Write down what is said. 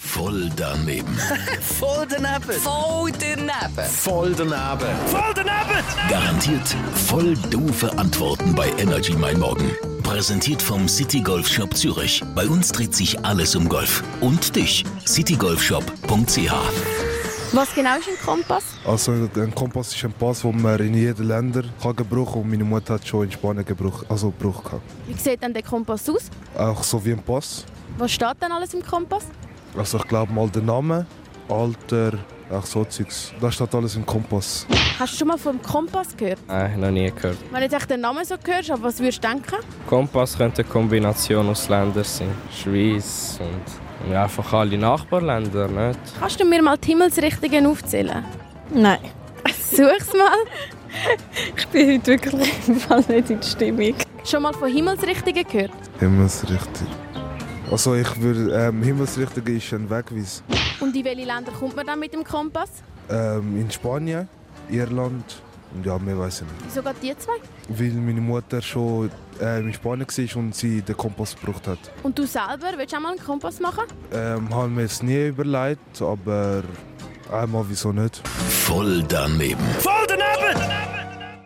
Voll daneben. Voll daneben. Voll daneben. Voll daneben. Voll daneben! Garantiert voll doofe Antworten bei Energy Mein Morgen. Präsentiert vom City Golf Shop Zürich. Bei uns dreht sich alles um Golf. Und dich, citygolfshop.ch. Was genau ist ein Kompass? Also ein Kompass ist ein Pass, den man in jedem Länder kann gebrauchen kann. Und meine Mutter hat schon in Spanien gebraucht, also gebraucht. gehabt. Wie sieht denn der Kompass aus? Auch so wie ein Pass. Was steht denn alles im Kompass? Also ich glaube mal der Name, Alter, auch so Zeugs. Das steht alles im Kompass. Hast du schon mal vom Kompass gehört? Nein, Ah, noch nie gehört. Wenn du jetzt echt den Namen so hörst, aber was würdest du denken? Kompass könnte eine Kombination aus Ländern sein. Schweiz und ja, einfach alle Nachbarländer, nicht? Kannst du mir mal die Himmelsrichtungen aufzählen? Nein, Such's mal. ich bin heute wirklich im Fall nicht in der Stimmung. Schon mal von Himmelsrichtungen gehört? Himmelsrichtung. Also ich würde, ähm, Himmelsrichtung ist ein Wegweis. Und in welche Länder kommt man dann mit dem Kompass? Ähm, in Spanien, Irland und ja, mehr weiß ich nicht. Wieso gerade die zwei? Weil meine Mutter schon ähm, in Spanien war und sie den Kompass gebraucht hat. Und du selber, willst du auch mal einen Kompass machen? Ähm, haben wir es nie überlegt, aber einmal wieso nicht. Voll daneben. Voll